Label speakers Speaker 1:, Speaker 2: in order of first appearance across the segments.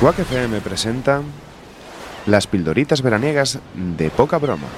Speaker 1: Quack FM presenta las pildoritas veraniegas de poca broma.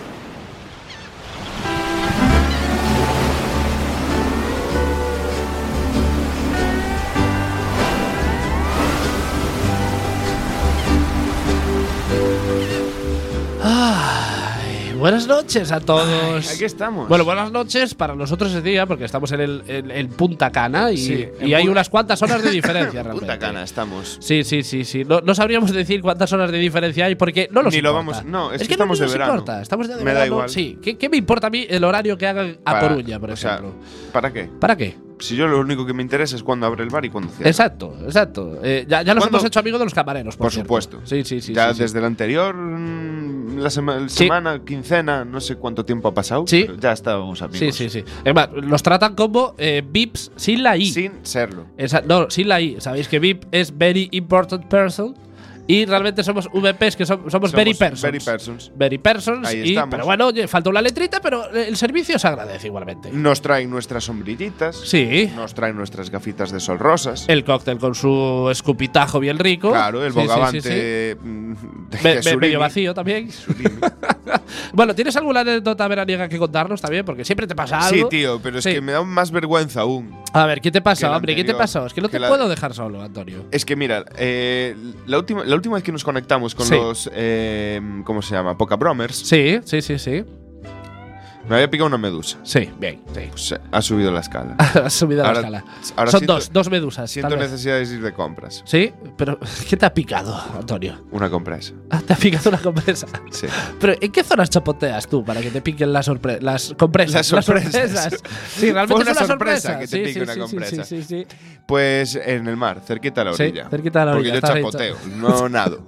Speaker 2: Ay, buenas noches a todos.
Speaker 1: Ay, aquí estamos.
Speaker 2: Pues Bueno, buenas noches para nosotros ese día, porque estamos en, el, en- en Punta Cana y,
Speaker 1: Sí, en
Speaker 2: y hay
Speaker 1: Punta-
Speaker 2: unas cuantas horas de diferencia realmente.
Speaker 1: Puta cana, estamos.
Speaker 2: Sí, sí, sí, sí. No, no sabríamos decir cuántas horas de diferencia hay porque no nos
Speaker 1: Ni lo
Speaker 2: importa.
Speaker 1: vamos- no, es que
Speaker 2: no
Speaker 1: estamos de
Speaker 2: nos
Speaker 1: verano.
Speaker 2: importa. Estamos ya de
Speaker 1: Me da
Speaker 2: verano.
Speaker 1: igual.
Speaker 2: Sí. ¿Qué, qué me importa a mí el horario que hagan a
Speaker 1: Para-
Speaker 2: Coruña, por
Speaker 1: o sea,
Speaker 2: ejemplo?
Speaker 1: ¿Para qué?
Speaker 2: ¿Para qué?
Speaker 1: Si yo lo único que me interesa es cuando abre el bar y cuando cierra.
Speaker 2: Exacto, exacto. Eh, ya, ya nos
Speaker 1: ¿Cuándo?
Speaker 2: hemos hecho amigos de los camareros, por,
Speaker 1: Por
Speaker 2: cierto.
Speaker 1: supuesto.
Speaker 2: Sí, sí, sí.
Speaker 1: ya
Speaker 2: sí, sí.
Speaker 1: desde la anterior mm, la sema- el
Speaker 2: Sí.
Speaker 1: semana, quincena, no sé cuánto tiempo ha pasado,
Speaker 2: Sí.
Speaker 1: pero ya estábamos amigos.
Speaker 2: Sí, sí, sí. Es más, los tratan como eh, VIPs sin la I.
Speaker 1: Sin serlo.
Speaker 2: Esa- no, sin la I. Sabéis que VIP es Very Important Person y realmente somos VPs, que som- somos,
Speaker 1: Somos
Speaker 2: Very Persons.
Speaker 1: very persons.
Speaker 2: Very Persons.
Speaker 1: Ahí
Speaker 2: y-
Speaker 1: estamos.
Speaker 2: pero bueno, oye, faltó la letrita, pero el servicio se agradece igualmente.
Speaker 1: Nos traen nuestras sombrillitas.
Speaker 2: Sí.
Speaker 1: Nos traen nuestras gafitas de sol rosas.
Speaker 2: El cóctel con su escupitajo bien rico.
Speaker 1: claro, el
Speaker 2: Sí, sí, sí,
Speaker 1: bogavante
Speaker 2: sí.
Speaker 1: mm, de
Speaker 2: Ve- ve-
Speaker 1: Jesurini.
Speaker 2: medio vacío también.
Speaker 1: Jesurini.
Speaker 2: Bueno, ¿tienes alguna anécdota veraniega que contarnos también? Porque siempre te pasa algo.
Speaker 1: Sí, tío, pero es
Speaker 2: Sí.
Speaker 1: que me da más vergüenza aún.
Speaker 2: A ver, ¿qué te
Speaker 1: que
Speaker 2: pasa,
Speaker 1: la
Speaker 2: hombre? ¿Qué te
Speaker 1: anterior,
Speaker 2: pasó? Es que no
Speaker 1: que
Speaker 2: te
Speaker 1: la-
Speaker 2: puedo dejar solo, Antonio.
Speaker 1: Es que mira, eh, la, última, la última vez que nos conectamos con
Speaker 2: Sí.
Speaker 1: los. eh, ¿Cómo se llama? Poca Bromers,
Speaker 2: Sí, sí, sí, sí.
Speaker 1: me había picado una medusa.
Speaker 2: Sí, bien, sí.
Speaker 1: Pues, eh, ha subido la escala.
Speaker 2: Has subido
Speaker 1: Ahora-
Speaker 2: la escala.
Speaker 1: ahora
Speaker 2: Son
Speaker 1: siento-
Speaker 2: dos, dos medusas.
Speaker 1: Siento
Speaker 2: tal vez.
Speaker 1: necesidad de ir de compras.
Speaker 2: Sí, pero ¿qué te ha picado, Antonio?
Speaker 1: Una compra esa.
Speaker 2: Ah, te ha picado una compresa.
Speaker 1: Sí.
Speaker 2: Pero ¿en qué zonas chapoteas tú para que te piquen las, sorpre- las compresas?
Speaker 1: Las sorpresas.
Speaker 2: Sí,
Speaker 1: Fue
Speaker 2: realmente
Speaker 1: una
Speaker 2: es
Speaker 1: sorpresa
Speaker 2: una sorpresa
Speaker 1: que te
Speaker 2: sí,
Speaker 1: pique
Speaker 2: sí,
Speaker 1: una
Speaker 2: sí,
Speaker 1: compresa.
Speaker 2: Sí, sí, sí, sí.
Speaker 1: Pues en el mar, cerquita a la
Speaker 2: Sí,
Speaker 1: orilla.
Speaker 2: cerquita a la orilla,
Speaker 1: Porque yo
Speaker 2: está
Speaker 1: chapoteo, no nado.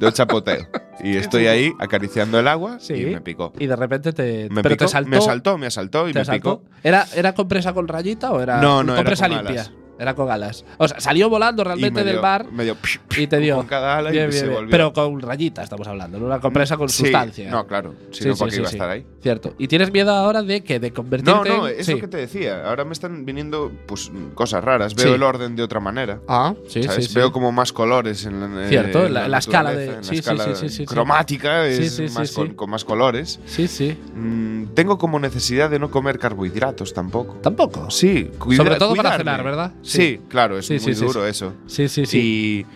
Speaker 1: Yo chapoteo. Y estoy ahí acariciando el agua
Speaker 2: Sí.
Speaker 1: y me picó.
Speaker 2: Y de repente te.
Speaker 1: Me
Speaker 2: pero
Speaker 1: picó,
Speaker 2: te saltó.
Speaker 1: me asaltó, me asaltó y
Speaker 2: te
Speaker 1: me
Speaker 2: asaltó.
Speaker 1: picó.
Speaker 2: ¿Era, ¿Era compresa con rayita o era
Speaker 1: No, no, era
Speaker 2: compresa
Speaker 1: con
Speaker 2: limpia?
Speaker 1: alas.
Speaker 2: Era con alas. O sea, salió volando
Speaker 1: Y
Speaker 2: realmente
Speaker 1: me
Speaker 2: del
Speaker 1: dio-
Speaker 2: bar
Speaker 1: me dio
Speaker 2: y te dio.
Speaker 1: con cada ala y
Speaker 2: Bien, bien,
Speaker 1: se
Speaker 2: bien.
Speaker 1: volvió.
Speaker 2: Pero con rayita estamos hablando, no una compresa con
Speaker 1: Sí,
Speaker 2: sustancia.
Speaker 1: No, claro. Si
Speaker 2: Sí,
Speaker 1: no,
Speaker 2: sí,
Speaker 1: ¿para qué
Speaker 2: sí,
Speaker 1: iba a
Speaker 2: sí.
Speaker 1: estar ahí?
Speaker 2: Cierto. ¿Y tienes miedo ahora de que de
Speaker 1: No,
Speaker 2: convertirte
Speaker 1: no,
Speaker 2: en-
Speaker 1: es
Speaker 2: sí.
Speaker 1: lo que te decía. Ahora me están viniendo pues cosas raras. Veo
Speaker 2: Sí.
Speaker 1: el orden de otra manera.
Speaker 2: Ah, sí,
Speaker 1: ¿sabes?
Speaker 2: sí, sí.
Speaker 1: Veo como más colores en la, eh,
Speaker 2: Cierto,
Speaker 1: en
Speaker 2: la- la escala de-
Speaker 1: naturaleza, en la
Speaker 2: sí, sí,
Speaker 1: escala
Speaker 2: sí, sí, sí, sí.
Speaker 1: cromática
Speaker 2: Sí,
Speaker 1: es
Speaker 2: sí, sí,
Speaker 1: más
Speaker 2: sí.
Speaker 1: Con, con más colores.
Speaker 2: Sí, sí.
Speaker 1: Mm, tengo como necesidad de no comer carbohidratos tampoco.
Speaker 2: Tampoco.
Speaker 1: Sí, cuida-
Speaker 2: Sobre todo para
Speaker 1: cuidarme.
Speaker 2: cenar, ¿verdad?
Speaker 1: Sí, claro, es
Speaker 2: Sí,
Speaker 1: muy
Speaker 2: sí, sí,
Speaker 1: duro eso.
Speaker 2: Sí, sí, sí.
Speaker 1: Y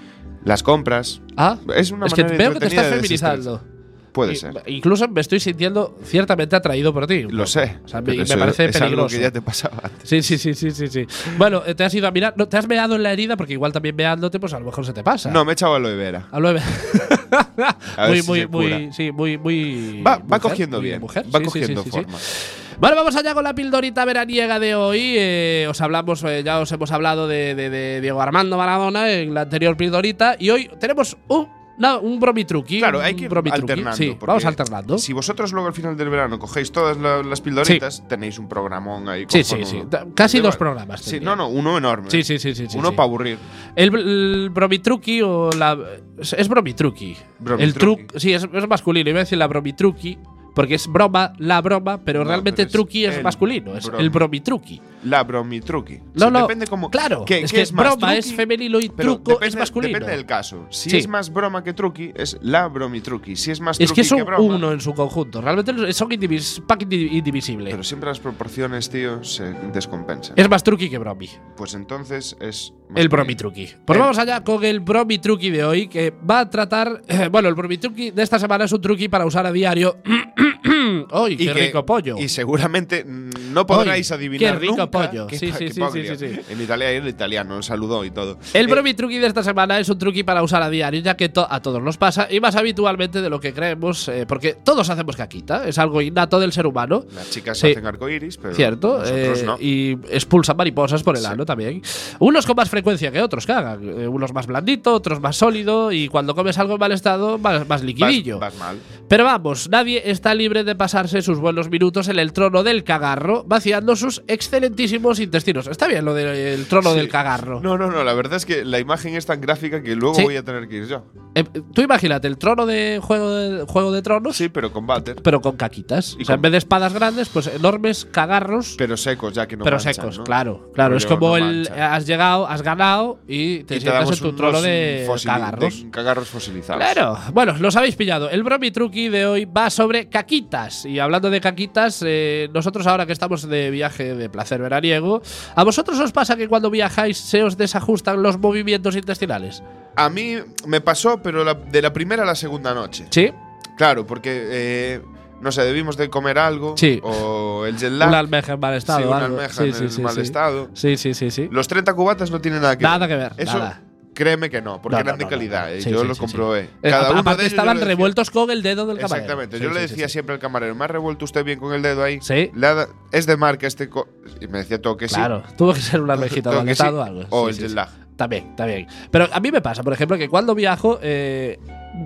Speaker 1: las compras
Speaker 2: ah,
Speaker 1: es una
Speaker 2: es que
Speaker 1: manera
Speaker 2: veo que te
Speaker 1: entretenida
Speaker 2: estás
Speaker 1: de desestresar.
Speaker 2: feminizando.
Speaker 1: Puede
Speaker 2: Y-
Speaker 1: ser.
Speaker 2: Incluso me estoy sintiendo ciertamente atraído por ti. un
Speaker 1: Lo
Speaker 2: poco.
Speaker 1: sé.
Speaker 2: O sea, me,
Speaker 1: pero
Speaker 2: me
Speaker 1: eso
Speaker 2: parece
Speaker 1: es
Speaker 2: peligroso.
Speaker 1: algo que ya te pasaba antes.
Speaker 2: Sí, sí, sí, sí, sí, sí. Bueno, eh, te has ido a mirar. No, te has meado en la herida porque igual también meándote, pues a lo mejor se te pasa.
Speaker 1: No, me he echado aloe vera.
Speaker 2: Aloe vera.
Speaker 1: A ver si
Speaker 2: muy, muy,
Speaker 1: se
Speaker 2: muy,
Speaker 1: cura.
Speaker 2: sí, muy, muy.
Speaker 1: Va, va
Speaker 2: mujer,
Speaker 1: cogiendo
Speaker 2: muy
Speaker 1: bien.
Speaker 2: mujer.
Speaker 1: Va
Speaker 2: Sí, sí, sí,
Speaker 1: cogiendo
Speaker 2: sí, sí.
Speaker 1: forma.
Speaker 2: Bueno, vamos allá con la pildorita veraniega de hoy. Eh, os hablamos, eh, ya os hemos hablado de, de- de Diego Armando Maradona en la anterior pildorita. Y hoy tenemos un, no, un bromitruqui.
Speaker 1: Claro,
Speaker 2: un
Speaker 1: hay que ir
Speaker 2: bromitruqui.
Speaker 1: alternando.
Speaker 2: Sí,
Speaker 1: porque
Speaker 2: vamos alternando.
Speaker 1: Si vosotros luego al final del verano cogéis todas la- las pildoritas, tenéis un programón ahí.
Speaker 2: Sí, sí, sí. Da- casi
Speaker 1: Vale.
Speaker 2: dos programas
Speaker 1: Sí,
Speaker 2: tendría.
Speaker 1: no, no, uno enorme.
Speaker 2: Sí, sí, sí, sí, sí,
Speaker 1: uno
Speaker 2: sí.
Speaker 1: para aburrir.
Speaker 2: El, el bromitruqui o la. Es, es bromitruqui.
Speaker 1: Bromitruqui.
Speaker 2: El truc. Sí, es, es masculino. Iba a decir la bromitruqui. Porque es broma, la broma, pero
Speaker 1: No,
Speaker 2: realmente
Speaker 1: pero es
Speaker 2: truqui es
Speaker 1: el
Speaker 2: masculino, es
Speaker 1: bromi-
Speaker 2: el bromitruqui.
Speaker 1: La bromitruqui. O
Speaker 2: No,
Speaker 1: sea,
Speaker 2: no,
Speaker 1: Depende como.
Speaker 2: claro,
Speaker 1: ¿qué-
Speaker 2: es
Speaker 1: qué
Speaker 2: que
Speaker 1: más
Speaker 2: broma
Speaker 1: truqui?
Speaker 2: es femenino y
Speaker 1: Pero
Speaker 2: truco es
Speaker 1: depende-
Speaker 2: masculino.
Speaker 1: Depende del caso. Si
Speaker 2: Sí.
Speaker 1: es más broma que truqui, es la bromitruqui. Si es más
Speaker 2: Es
Speaker 1: truqui
Speaker 2: que son
Speaker 1: broma.
Speaker 2: uno en su conjunto. Realmente son indivis, pack indi- indivisible.
Speaker 1: Pero siempre las proporciones, tío, se descompensan.
Speaker 2: es más truqui que bromi.
Speaker 1: Pues entonces es.
Speaker 2: Eh, El
Speaker 1: masculino.
Speaker 2: bromitruqui. Pues
Speaker 1: El-
Speaker 2: vamos allá con el bromitruqui de hoy, que va a tratar. eh, bueno, el bromitruqui de esta semana es un truqui para usar a diario. ¡Ay, qué
Speaker 1: que-
Speaker 2: rico pollo!
Speaker 1: Y seguramente mm, no podráis
Speaker 2: Oy,
Speaker 1: adivinar
Speaker 2: qué rico
Speaker 1: nunca
Speaker 2: pollo.
Speaker 1: qué
Speaker 2: Sí,
Speaker 1: pa-
Speaker 2: sí,
Speaker 1: qué
Speaker 2: sí,
Speaker 1: paglia.
Speaker 2: sí, sí, sí.
Speaker 1: En Italia era italiano, saludó y todo.
Speaker 2: El
Speaker 1: Eh,
Speaker 2: bromitruqui de esta semana es un truqui para usar a diario, ya que to- a todos nos pasa y más habitualmente de lo que creemos, eh, porque todos hacemos caquita, es algo innato del ser humano.
Speaker 1: las chicas
Speaker 2: Sí.
Speaker 1: hacen arcoiris, pero
Speaker 2: Cierto,
Speaker 1: nosotros
Speaker 2: eh,
Speaker 1: no.
Speaker 2: y expulsan mariposas por el
Speaker 1: Sí.
Speaker 2: ano también. Unos con más frecuencia que otros, que hagan. Eh, unos más blandito, otros más sólido, y cuando comes algo en mal estado, más, más
Speaker 1: Vas-
Speaker 2: liquidillo.
Speaker 1: vas mal.
Speaker 2: Pero vamos, nadie está libre de pasarse sus buenos minutos en el trono del cagarro, vaciando sus excelentísimos intestinos. Está bien lo del el trono
Speaker 1: Sí.
Speaker 2: del cagarro.
Speaker 1: No, no, no, la verdad es que la imagen es tan gráfica que luego
Speaker 2: Sí.
Speaker 1: voy a tener que ir yo.
Speaker 2: Eh, tú imagínate, el trono de Juego de, juego de Tronos,
Speaker 1: Sí, pero con váter.
Speaker 2: pero con caquitas.
Speaker 1: Y
Speaker 2: o
Speaker 1: con-
Speaker 2: sea, en vez de espadas grandes, pues enormes cagarros.
Speaker 1: Pero secos, ya que no
Speaker 2: pero
Speaker 1: manchan,
Speaker 2: secos,
Speaker 1: ¿no?
Speaker 2: claro, claro.
Speaker 1: Pero
Speaker 2: es como
Speaker 1: no
Speaker 2: el
Speaker 1: manchan.
Speaker 2: has llegado, has ganado y te
Speaker 1: Y te
Speaker 2: sientas
Speaker 1: damos
Speaker 2: en tu
Speaker 1: unos
Speaker 2: trono de
Speaker 1: fosili-
Speaker 2: cagarros.
Speaker 1: de cagarros fosilizados.
Speaker 2: Claro, bueno, los habéis pillado. El bromi truqui de hoy va sobre caquitas. Y hablando de caquitas, eh, nosotros ahora que estamos de viaje de placer veraniego, ¿a vosotros os pasa que cuando viajáis se os desajustan los movimientos intestinales?
Speaker 1: A mí me pasó, pero la- de la primera a la segunda noche.
Speaker 2: Sí.
Speaker 1: Claro, porque, eh, no sé, debimos de comer algo.
Speaker 2: Sí.
Speaker 1: O el jet lag.
Speaker 2: Una almeja en mal estado.
Speaker 1: sí, una
Speaker 2: algo.
Speaker 1: almeja
Speaker 2: Sí,
Speaker 1: en
Speaker 2: sí,
Speaker 1: el
Speaker 2: sí,
Speaker 1: mal
Speaker 2: sí.
Speaker 1: estado.
Speaker 2: Sí, sí, sí, sí.
Speaker 1: Los 30 cubatas no tienen nada que
Speaker 2: Nada que ver.
Speaker 1: Eso
Speaker 2: nada.
Speaker 1: créeme que no, porque
Speaker 2: No,
Speaker 1: eran
Speaker 2: no,
Speaker 1: de
Speaker 2: no,
Speaker 1: calidad.
Speaker 2: no.
Speaker 1: eh,
Speaker 2: Sí,
Speaker 1: yo
Speaker 2: sí,
Speaker 1: lo
Speaker 2: sí, sí.
Speaker 1: comprobé.
Speaker 2: Eh,
Speaker 1: Cada uno
Speaker 2: aparte
Speaker 1: de ellos yo
Speaker 2: estaban
Speaker 1: le decía-
Speaker 2: revueltos con el dedo del camarero.
Speaker 1: Exactamente.
Speaker 2: Sí,
Speaker 1: yo
Speaker 2: sí,
Speaker 1: le
Speaker 2: sí,
Speaker 1: decía
Speaker 2: sí.
Speaker 1: siempre al camarero, ¿me ha revuelto usted bien con el dedo ahí?
Speaker 2: Sí.
Speaker 1: Le ha da- es de marca este. co-". Y me decía todo que sí.
Speaker 2: Claro, tuvo que ser una almejita
Speaker 1: todo
Speaker 2: mal
Speaker 1: que sí,
Speaker 2: estado o algo.
Speaker 1: O
Speaker 2: Sí,
Speaker 1: el
Speaker 2: sí,
Speaker 1: jet
Speaker 2: sí.
Speaker 1: lag.
Speaker 2: También, también. Pero a mí me pasa, por ejemplo, que cuando viajo, eh,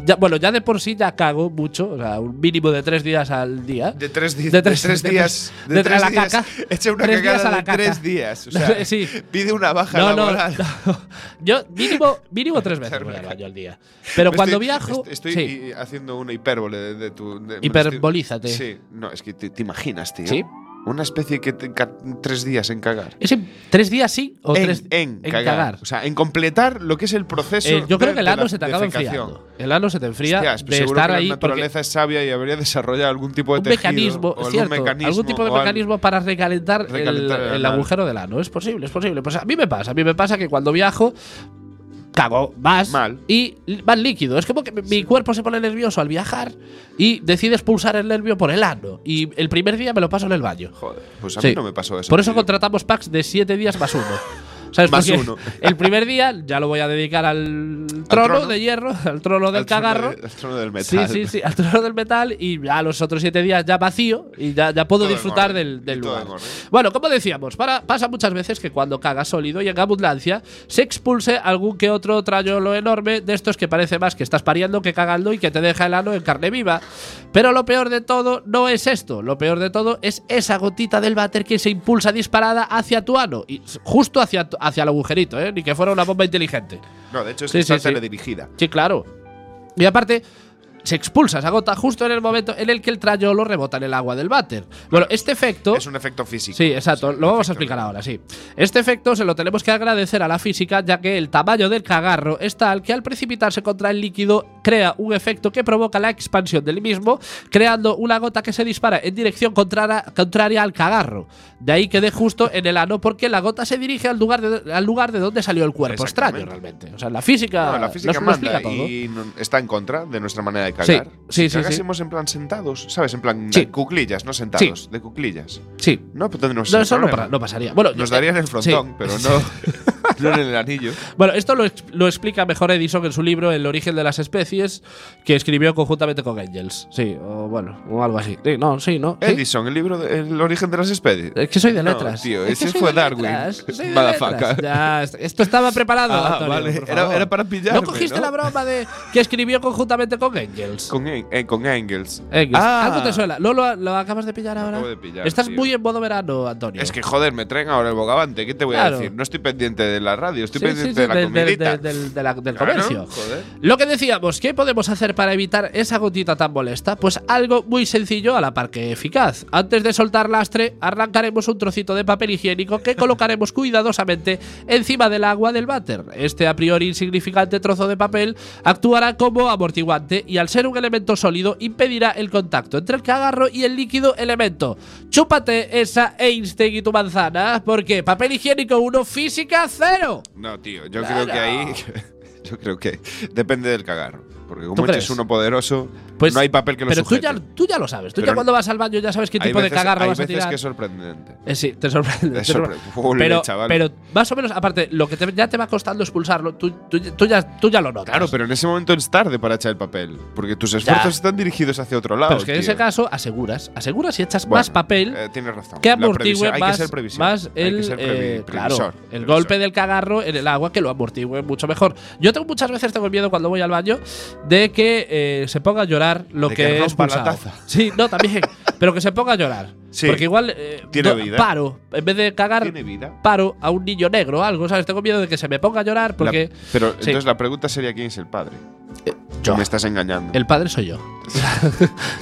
Speaker 2: ya- bueno, ya de por sí ya cago mucho, o sea, un mínimo de tres días al día.
Speaker 1: De tres, di-
Speaker 2: De
Speaker 1: de
Speaker 2: tres-
Speaker 1: tres,
Speaker 2: de
Speaker 1: días.
Speaker 2: tres-
Speaker 1: De,
Speaker 2: de
Speaker 1: tres
Speaker 2: a la
Speaker 1: días.
Speaker 2: caca.
Speaker 1: Echa una
Speaker 2: Tres días
Speaker 1: cagada
Speaker 2: a la
Speaker 1: de
Speaker 2: caca.
Speaker 1: tres días. O sea,
Speaker 2: sí.
Speaker 1: pide una baja laboral.
Speaker 2: no. Yo mínimo, mínimo tres veces voy al baño al día. Pero
Speaker 1: Me
Speaker 2: cuando
Speaker 1: estoy-
Speaker 2: viajo,
Speaker 1: est- Estoy
Speaker 2: sí,
Speaker 1: i- haciendo una hipérbole de, de tu. de- me lo estoy-
Speaker 2: hiperbolízate.
Speaker 1: Sí, no, es que te, te imaginas, tío.
Speaker 2: Sí.
Speaker 1: Una especie que te ca- tres días en cagar.
Speaker 2: ¿Es en tres días sí o
Speaker 1: en,
Speaker 2: tres
Speaker 1: en
Speaker 2: en
Speaker 1: cagar. O sea, en completar lo que es el proceso.
Speaker 2: Eh, yo creo
Speaker 1: de-
Speaker 2: que el
Speaker 1: de
Speaker 2: ano
Speaker 1: la
Speaker 2: se te acaba
Speaker 1: defecación.
Speaker 2: enfriando. El ano se te enfría
Speaker 1: Hostias, pues
Speaker 2: de
Speaker 1: seguro
Speaker 2: estar
Speaker 1: que
Speaker 2: ahí
Speaker 1: La
Speaker 2: porque
Speaker 1: naturaleza es sabia y habría desarrollado algún tipo de
Speaker 2: un
Speaker 1: tejido,
Speaker 2: mecanismo,
Speaker 1: o algún
Speaker 2: cierto,
Speaker 1: mecanismo
Speaker 2: algún tipo de
Speaker 1: o algo.
Speaker 2: mecanismo para recalentar, el-
Speaker 1: Recalentar
Speaker 2: el,
Speaker 1: el anal.
Speaker 2: agujero del ano. Es posible, es posible. Pues a mí me pasa, a mí me pasa que cuando viajo cago más
Speaker 1: Mal.
Speaker 2: y li- más líquido. Es como que mi mi cuerpo se pone nervioso al viajar y decide expulsar el nervio por el ano. Y el primer día me lo paso en el baño.
Speaker 1: Joder, pues a
Speaker 2: Sí.
Speaker 1: mí no me pasó eso.
Speaker 2: Por eso
Speaker 1: tío.
Speaker 2: contratamos packs de 7 días más uno. ¿Sabes?
Speaker 1: Más
Speaker 2: Porque
Speaker 1: uno.
Speaker 2: El primer día ya lo voy a dedicar al trono,
Speaker 1: trono.
Speaker 2: de hierro, al trono del
Speaker 1: Al trono
Speaker 2: cagarro.
Speaker 1: de- al trono del
Speaker 2: Sí,
Speaker 1: metal.
Speaker 2: sí, sí, al trono del metal y ya los otros siete días ya vacío y ya, ya puedo
Speaker 1: Todo en
Speaker 2: disfrutar
Speaker 1: orden,
Speaker 2: del, del
Speaker 1: y todo ¿eh?
Speaker 2: lugar.
Speaker 1: en orden.
Speaker 2: Bueno, como decíamos, para, pasa muchas veces que cuando caga sólido y en abundancia se expulse algún que otro trayolo enorme de estos que parece más que estás pariendo que cagando y que te deja el ano en carne viva. Pero lo peor de todo no es esto, lo peor de todo es esa gotita del váter que se impulsa disparada hacia tu ano, y s- justo hacia, tu- hacia el agujerito, ¿eh? ni que fuera una bomba inteligente.
Speaker 1: No, de hecho es
Speaker 2: Sí,
Speaker 1: que
Speaker 2: sí,
Speaker 1: está
Speaker 2: sí.
Speaker 1: teledirigida.
Speaker 2: Sí, claro. Y aparte, se expulsa esa gota justo en el momento en el que el trayolo rebota en el agua del váter. Bueno, este efecto.
Speaker 1: Es un efecto físico.
Speaker 2: Sí, exacto.
Speaker 1: Es un
Speaker 2: Lo vamos a
Speaker 1: efecto
Speaker 2: explicar ahora, sí. Este efecto se lo tenemos que agradecer a la física, ya que el tamaño del cagarro es tal que al precipitarse contra el líquido crea un efecto que provoca la expansión del mismo, creando una gota que se dispara en dirección contraria, contraria al cagarro. De ahí que dé justo en el ano, porque la gota se dirige al lugar de, al lugar de donde salió el cuerpo.
Speaker 1: Exactamente.
Speaker 2: Extraño, realmente. O sea, la física,
Speaker 1: No, la física
Speaker 2: nos lo
Speaker 1: manda
Speaker 2: explica todo.
Speaker 1: y no- está en contra de nuestra manera de cagar.
Speaker 2: sí, sí,
Speaker 1: si
Speaker 2: sí.
Speaker 1: cagásemos en plan sentados, ¿sabes? En plan
Speaker 2: Sí.
Speaker 1: de cuclillas, no sentados, de cuclillas.
Speaker 2: Sí.
Speaker 1: No, pues tendremos
Speaker 2: No,
Speaker 1: ese
Speaker 2: eso no,
Speaker 1: problema.
Speaker 2: pa- no pasaría. Bueno,
Speaker 1: Nos
Speaker 2: yo-
Speaker 1: darían el frontón,
Speaker 2: sí.
Speaker 1: pero no, no en el anillo.
Speaker 2: Bueno, esto lo, ex- lo explica mejor Edison en su libro El origen de las especies, que escribió conjuntamente con Engels. Sí, o bueno, o algo así. Sí, no, sí, no. ¿Sí?
Speaker 1: Edison, el libro de- El origen de las especies.
Speaker 2: Es que soy de
Speaker 1: No,
Speaker 2: letras.
Speaker 1: tío,
Speaker 2: Es que
Speaker 1: ese
Speaker 2: soy
Speaker 1: fue
Speaker 2: de
Speaker 1: Darwin.
Speaker 2: letras, soy de
Speaker 1: Motherfucker.
Speaker 2: letras. Ya, est- esto estaba preparado.
Speaker 1: Ah,
Speaker 2: Antonio,
Speaker 1: vale.
Speaker 2: por
Speaker 1: Era-
Speaker 2: favor.
Speaker 1: era para pillarme,
Speaker 2: No cogiste
Speaker 1: ¿no?
Speaker 2: la broma de que escribió conjuntamente con Engels.
Speaker 1: Con, en- eh, con Engels.
Speaker 2: Engels.
Speaker 1: Ah.
Speaker 2: Algo te suena. ¿No lo, lo acabas de pillar ahora?
Speaker 1: acabo de pillar,
Speaker 2: Estás
Speaker 1: tío.
Speaker 2: muy en modo verano, Antonio.
Speaker 1: Es que joder, me traen ahora el bogavante. ¿Qué te voy
Speaker 2: Claro.
Speaker 1: a decir? No estoy pendiente de la radio, estoy
Speaker 2: Sí, sí,
Speaker 1: pendiente
Speaker 2: sí,
Speaker 1: de la
Speaker 2: del- del-
Speaker 1: comidita.
Speaker 2: del- del- de la- del
Speaker 1: Claro,
Speaker 2: comercio.
Speaker 1: joder.
Speaker 2: Lo que decíamos, ¿qué podemos hacer para evitar esa gotita tan molesta? Pues algo muy sencillo a la par que eficaz. Antes de soltar lastre, arrancaremos un trocito de papel higiénico que colocaremos cuidadosamente encima del agua del váter. Este a priori insignificante trozo de papel actuará como amortiguante y al ser un elemento sólido impedirá el contacto entre el cagarro y el líquido elemento. Chúpate esa Einstein y tu manzana, porque papel higiénico 1, física 0.
Speaker 1: No, tío, yo
Speaker 2: Claro.
Speaker 1: creo que ahí. Yo creo que depende del cagarro. Porque
Speaker 2: ¿Tú
Speaker 1: como
Speaker 2: crees?
Speaker 1: eches uno poderoso,
Speaker 2: Pues,
Speaker 1: no hay papel que lo
Speaker 2: Pero tú
Speaker 1: sujete.
Speaker 2: ya, tú ya lo sabes. Tú ya
Speaker 1: Pero-
Speaker 2: cuando vas al baño ya sabes qué
Speaker 1: Hay
Speaker 2: tipo de
Speaker 1: veces-
Speaker 2: cagarro
Speaker 1: hay
Speaker 2: vas a
Speaker 1: veces
Speaker 2: tirar.
Speaker 1: que es sorprendente.
Speaker 2: Eh, sí, te sorprende.
Speaker 1: Es
Speaker 2: te sorprende.
Speaker 1: sorpre- Ole,
Speaker 2: Pero,
Speaker 1: chaval.
Speaker 2: pero más o menos, aparte, lo que te- ya te va costando expulsarlo, tú, tú- tú ya, tú ya lo notas.
Speaker 1: Claro, pero en ese momento es tarde para echar el papel. Porque tus esfuerzos están dirigidos hacia otro lado.
Speaker 2: Pero es que en
Speaker 1: tío.
Speaker 2: ese caso aseguras, aseguras y echas
Speaker 1: Bueno,
Speaker 2: más papel
Speaker 1: eh, tienes razón.
Speaker 2: que
Speaker 1: La
Speaker 2: amortigüe
Speaker 1: previsión- Hay que
Speaker 2: más,
Speaker 1: ser previsión.
Speaker 2: más
Speaker 1: Hay
Speaker 2: el,
Speaker 1: que ser
Speaker 2: eh,
Speaker 1: previ-
Speaker 2: claro,
Speaker 1: previsor,
Speaker 2: el
Speaker 1: previsor.
Speaker 2: golpe del cagarro en el agua que lo amortigüe mucho mejor. Yo tengo muchas veces tengo miedo cuando voy al baño de que eh, se ponga a llorar lo
Speaker 1: De
Speaker 2: que,
Speaker 1: que
Speaker 2: he
Speaker 1: rompa la
Speaker 2: expulsado.
Speaker 1: taza.
Speaker 2: Sí, no, también. pero que se ponga a llorar.
Speaker 1: Sí.
Speaker 2: Porque igual eh,
Speaker 1: Tiene
Speaker 2: do-
Speaker 1: vida.
Speaker 2: paro, en vez de cagar,
Speaker 1: Tiene vida.
Speaker 2: paro a un niño negro o algo, ¿sabes? Tengo miedo de que se me ponga a llorar porque
Speaker 1: La- pero
Speaker 2: sí.
Speaker 1: entonces la pregunta sería quién es el padre.
Speaker 2: yo.
Speaker 1: Me estás engañando.
Speaker 2: el padre soy yo.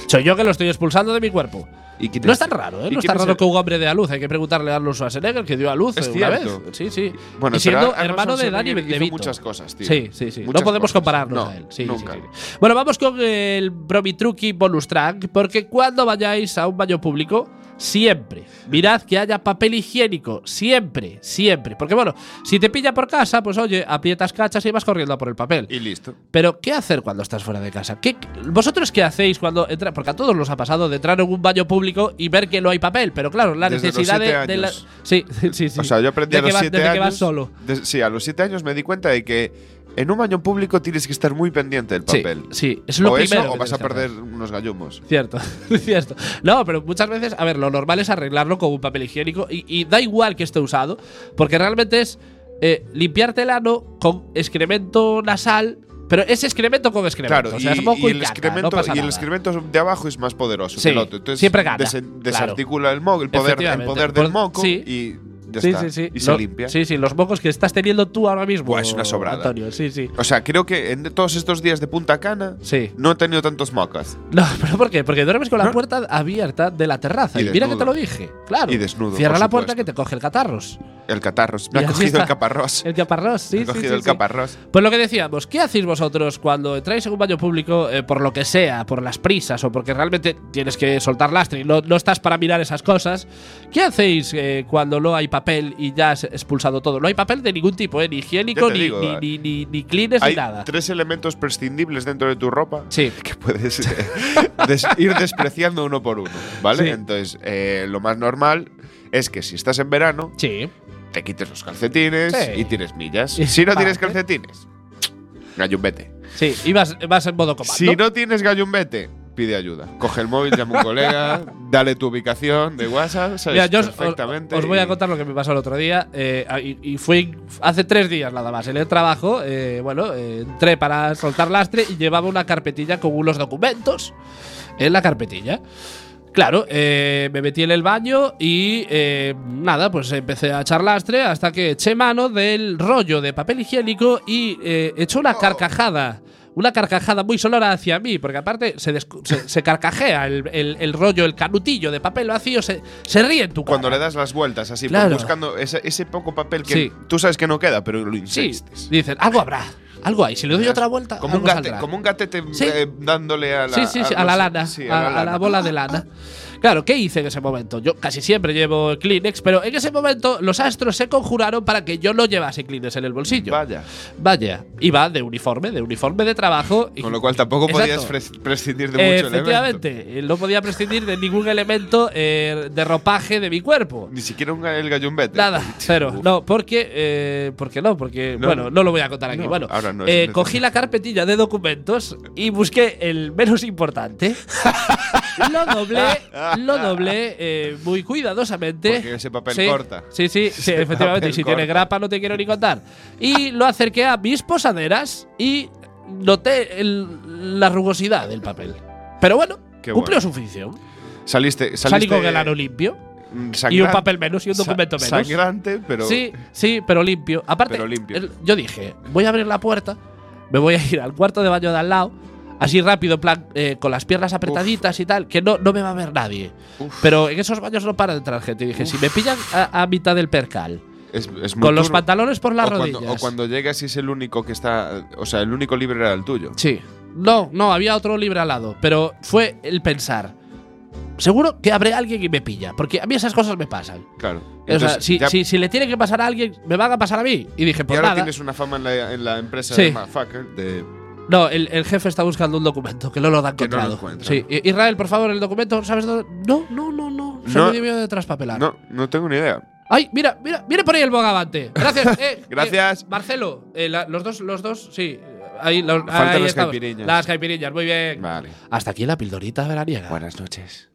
Speaker 2: soy yo que lo estoy expulsando de mi cuerpo.
Speaker 1: ¿Y quién
Speaker 2: No es tan raro, ¿eh?
Speaker 1: ¿Y
Speaker 2: No es
Speaker 1: quién
Speaker 2: tan
Speaker 1: es
Speaker 2: raro
Speaker 1: el-
Speaker 2: que un hombre dé a luz. Hay que preguntarle a Arnold Schwarzenegger que dio a luz
Speaker 1: Es
Speaker 2: una vez.
Speaker 1: cierto.
Speaker 2: Sí, sí.
Speaker 1: Bueno,
Speaker 2: y siendo
Speaker 1: pero Arnold
Speaker 2: hermano de Danny
Speaker 1: Schwarzenegger hizo
Speaker 2: DeVito.
Speaker 1: muchas cosas, tío.
Speaker 2: Sí, sí, sí.
Speaker 1: Muchas
Speaker 2: no podemos
Speaker 1: cosas.
Speaker 2: compararnos
Speaker 1: No,
Speaker 2: a él. Sí, sí,
Speaker 1: nunca.
Speaker 2: sí, sí. Bueno, vamos con el Bromitruki bonus track, porque cuando vayáis a un baño público, siempre mirad que haya papel higiénico. Siempre, siempre. Porque bueno, si te pilla por casa, pues oye, aprietas cachas y vas corriendo a por el papel.
Speaker 1: Y listo.
Speaker 2: Pero, ¿qué hacer cuando estás fuera de casa? ¿Qué, ¿Vosotros qué hacéis cuando entras? Porque a todos nos ha pasado de entrar en un baño público y ver que no hay papel. Pero claro, la
Speaker 1: Desde los
Speaker 2: necesidad de,
Speaker 1: siete
Speaker 2: de la.
Speaker 1: años.
Speaker 2: Sí, sí, sí.
Speaker 1: O sea, yo aprendí
Speaker 2: De
Speaker 1: a
Speaker 2: que
Speaker 1: los
Speaker 2: vas-
Speaker 1: siete
Speaker 2: desde
Speaker 1: años.
Speaker 2: que vas solo.
Speaker 1: de- sí, a los siete años me di cuenta de que en un baño público tienes que estar muy pendiente del
Speaker 2: Sí,
Speaker 1: papel.
Speaker 2: sí, es lo
Speaker 1: o
Speaker 2: primero.
Speaker 1: eso,
Speaker 2: que
Speaker 1: o vas
Speaker 2: tienes
Speaker 1: a
Speaker 2: que hacer.
Speaker 1: perder unos gallumos.
Speaker 2: Cierto, cierto. No, pero muchas veces, a ver, lo normal es arreglarlo con un papel higiénico y, y da igual que esté usado, porque realmente es eh, limpiarte el ano con excremento nasal, pero es excremento con excremento.
Speaker 1: Claro,
Speaker 2: o sea,
Speaker 1: y,
Speaker 2: es moco
Speaker 1: y
Speaker 2: y,
Speaker 1: el
Speaker 2: caca,
Speaker 1: excremento,
Speaker 2: no pasa
Speaker 1: y el
Speaker 2: nada.
Speaker 1: excremento de abajo es más poderoso que
Speaker 2: Sí,
Speaker 1: el otro. Entonces,
Speaker 2: siempre gana, claro.
Speaker 1: desarticula el, mo- el poder, el
Speaker 2: Efectivamente,
Speaker 1: poder
Speaker 2: por-
Speaker 1: del moco
Speaker 2: sí.
Speaker 1: y ya
Speaker 2: Sí,
Speaker 1: está.
Speaker 2: sí, sí.
Speaker 1: Y se
Speaker 2: Lo-
Speaker 1: limpia.
Speaker 2: Sí, sí, los mocos que estás teniendo tú ahora mismo.
Speaker 1: Buah, es una sobrada.
Speaker 2: Antonio, sí, sí.
Speaker 1: O sea, creo que en todos estos días de Punta Cana
Speaker 2: Sí.
Speaker 1: no he tenido tantos mocas.
Speaker 2: No, pero ¿por qué? Porque duermes con la
Speaker 1: No.
Speaker 2: puerta abierta de la terraza.
Speaker 1: Y
Speaker 2: Y, mira que
Speaker 1: desnudo.
Speaker 2: te lo dije. Claro.
Speaker 1: Y desnudo,
Speaker 2: Cierra
Speaker 1: por
Speaker 2: la puerta
Speaker 1: supuesto.
Speaker 2: que te coge el catarros.
Speaker 1: El catarros. Me
Speaker 2: Y
Speaker 1: ha
Speaker 2: así
Speaker 1: cogido el
Speaker 2: está.
Speaker 1: caparrós.
Speaker 2: El caparrós, sí.
Speaker 1: me
Speaker 2: sí,
Speaker 1: ha cogido
Speaker 2: sí,
Speaker 1: el
Speaker 2: sí.
Speaker 1: caparrós.
Speaker 2: Pues lo que decíamos, ¿qué hacéis vosotros cuando entráis en un baño público, eh, por lo que sea, por las prisas o porque realmente tienes que soltar lastre y no, no estás para mirar esas cosas? ¿Qué hacéis eh, cuando no hay papel y ya has expulsado todo? No hay papel de ningún tipo, eh, ni higiénico,
Speaker 1: Ya te
Speaker 2: ni,
Speaker 1: digo,
Speaker 2: ni,
Speaker 1: eh,
Speaker 2: ni, ni, ni cleaners, ni
Speaker 1: Hay
Speaker 2: nada.
Speaker 1: tres elementos prescindibles dentro de tu ropa
Speaker 2: Sí,
Speaker 1: que puedes eh, des- ir despreciando uno por uno, ¿vale?
Speaker 2: Sí.
Speaker 1: Entonces, eh, lo más normal es que si estás en verano,
Speaker 2: sí.
Speaker 1: te quites los calcetines
Speaker 2: Sí.
Speaker 1: y tires millas.
Speaker 2: Y
Speaker 1: si no
Speaker 2: pa'lante.
Speaker 1: tienes calcetines, gallumbete.
Speaker 2: Sí, y vas, vas en modo comando.
Speaker 1: Si no tienes gallumbete, pide ayuda. Coge el móvil, llama a un colega, dale tu ubicación de WhatsApp, sabes
Speaker 2: Mira, yo os,
Speaker 1: perfectamente.
Speaker 2: os- os voy a
Speaker 1: y-
Speaker 2: contar lo que me pasó el otro día. eh, y, y fui hace tres días nada más. En el trabajo, eh, bueno, eh, entré para soltar lastre y llevaba una carpetilla con unos documentos en la carpetilla. Claro, eh, me metí en el baño y eh, nada, pues empecé a echar lastre hasta que eché mano del rollo de papel higiénico y eh, echó
Speaker 1: Oh.
Speaker 2: una carcajada. Una carcajada muy sonora hacia mí, porque aparte se, descu- se, se carcajea el, el- el rollo, el canutillo de papel vacío, se, se ríe en tu cara.
Speaker 1: Cuando le das las vueltas así, pues,
Speaker 2: Claro.
Speaker 1: buscando ese, ese poco papel que
Speaker 2: Sí.
Speaker 1: tú sabes que no queda, pero lo
Speaker 2: Sí,
Speaker 1: insistes.
Speaker 2: dicen, algo habrá, algo hay. Si le doy otra vuelta,
Speaker 1: Como un,
Speaker 2: algo
Speaker 1: gate,
Speaker 2: saldrá.
Speaker 1: como un gatete mm,
Speaker 2: Sí.
Speaker 1: eh, dándole a la,
Speaker 2: sí, sí, sí, a,
Speaker 1: no
Speaker 2: la
Speaker 1: sé,
Speaker 2: lana,
Speaker 1: sí,
Speaker 2: a, a la
Speaker 1: lana.
Speaker 2: bola de lana. Claro, ¿qué hice en ese momento? Yo casi siempre llevo Kleenex, pero en ese momento los astros se conjuraron para que yo no llevase Kleenex en el bolsillo.
Speaker 1: Vaya.
Speaker 2: Vaya, iba de uniforme, de uniforme de trabajo. y-
Speaker 1: Con lo cual tampoco podías
Speaker 2: Exacto.
Speaker 1: pres- prescindir de
Speaker 2: Eh,
Speaker 1: mucho elemento.
Speaker 2: Efectivamente, eh, no podía prescindir de ningún elemento eh, de ropaje de mi cuerpo.
Speaker 1: Ni siquiera un, el gallumbete.
Speaker 2: Nada, cero.
Speaker 1: Uf.
Speaker 2: No, porque. Eh, porque no, porque.
Speaker 1: No,
Speaker 2: bueno,
Speaker 1: no.
Speaker 2: no lo voy a contar aquí.
Speaker 1: No,
Speaker 2: bueno,
Speaker 1: ahora no es
Speaker 2: eh,
Speaker 1: necesario.
Speaker 2: cogí la carpetilla de documentos y busqué el menos importante. lo doblé, lo doblé eh, muy cuidadosamente.
Speaker 1: Porque ese papel
Speaker 2: Sí,
Speaker 1: corta.
Speaker 2: Sí, sí, sí, efectivamente.
Speaker 1: papel
Speaker 2: Y si tiene
Speaker 1: corta.
Speaker 2: grapa, no te quiero ni contar. Y lo acerqué a mis posaderas y noté el- la rugosidad del papel. Pero bueno,
Speaker 1: Qué
Speaker 2: cumplió
Speaker 1: bueno.
Speaker 2: su función.
Speaker 1: Saliste, saliste
Speaker 2: Salí con el ano limpio
Speaker 1: mm,
Speaker 2: y un
Speaker 1: sangran-
Speaker 2: papel menos y un
Speaker 1: sa-
Speaker 2: documento menos.
Speaker 1: Sangrante, pero.
Speaker 2: Sí, sí, pero limpio. Aparte,
Speaker 1: Pero limpio.
Speaker 2: el- yo dije, voy a abrir la puerta, me voy a ir al cuarto de baño de al lado, así rápido, en plan, eh, con las piernas apretaditas y tal, que no, no me va a ver nadie.
Speaker 1: Uf.
Speaker 2: Pero en esos baños no para de entrar gente. Y dije, si me pillan a, a mitad del percal,
Speaker 1: Es, es muy
Speaker 2: con los
Speaker 1: duro.
Speaker 2: pantalones por las
Speaker 1: o
Speaker 2: rodillas.
Speaker 1: cuando, o cuando llegas y es el único que está. O sea, el único libre era el tuyo.
Speaker 2: Sí. No, no, había otro libre al lado, pero fue el pensar. Seguro que habrá alguien que me pilla, porque a mí esas cosas me pasan.
Speaker 1: Claro.
Speaker 2: o sea,
Speaker 1: Entonces,
Speaker 2: si,
Speaker 1: ya-
Speaker 2: si- si le tiene que pasar a alguien, me van a pasar a mí. Y dije,
Speaker 1: y
Speaker 2: pues
Speaker 1: ahora
Speaker 2: nada.
Speaker 1: tienes una fama en la, en la empresa
Speaker 2: Sí.
Speaker 1: de Motherfucker de
Speaker 2: No, el, el jefe está buscando un documento que no lo ha
Speaker 1: Que no lo
Speaker 2: encontrado.
Speaker 1: encuentra.
Speaker 2: sí. I- Israel, por favor, el documento, ¿sabes dónde? No, no, no, no. Se
Speaker 1: No.
Speaker 2: me debió de traspapelar.
Speaker 1: No, no tengo ni idea.
Speaker 2: Ay, mira, mira, mira por ahí el bogavante. Gracias. eh,
Speaker 1: Gracias.
Speaker 2: eh, Marcelo, eh, la- los dos, los dos, sí. Ahí, los,
Speaker 1: Faltan
Speaker 2: ahí
Speaker 1: las
Speaker 2: estamos.
Speaker 1: caipirinhas.
Speaker 2: Las caipirinhas, muy bien.
Speaker 1: Vale.
Speaker 2: Hasta aquí la pildorita veraniega.
Speaker 1: Buenas noches.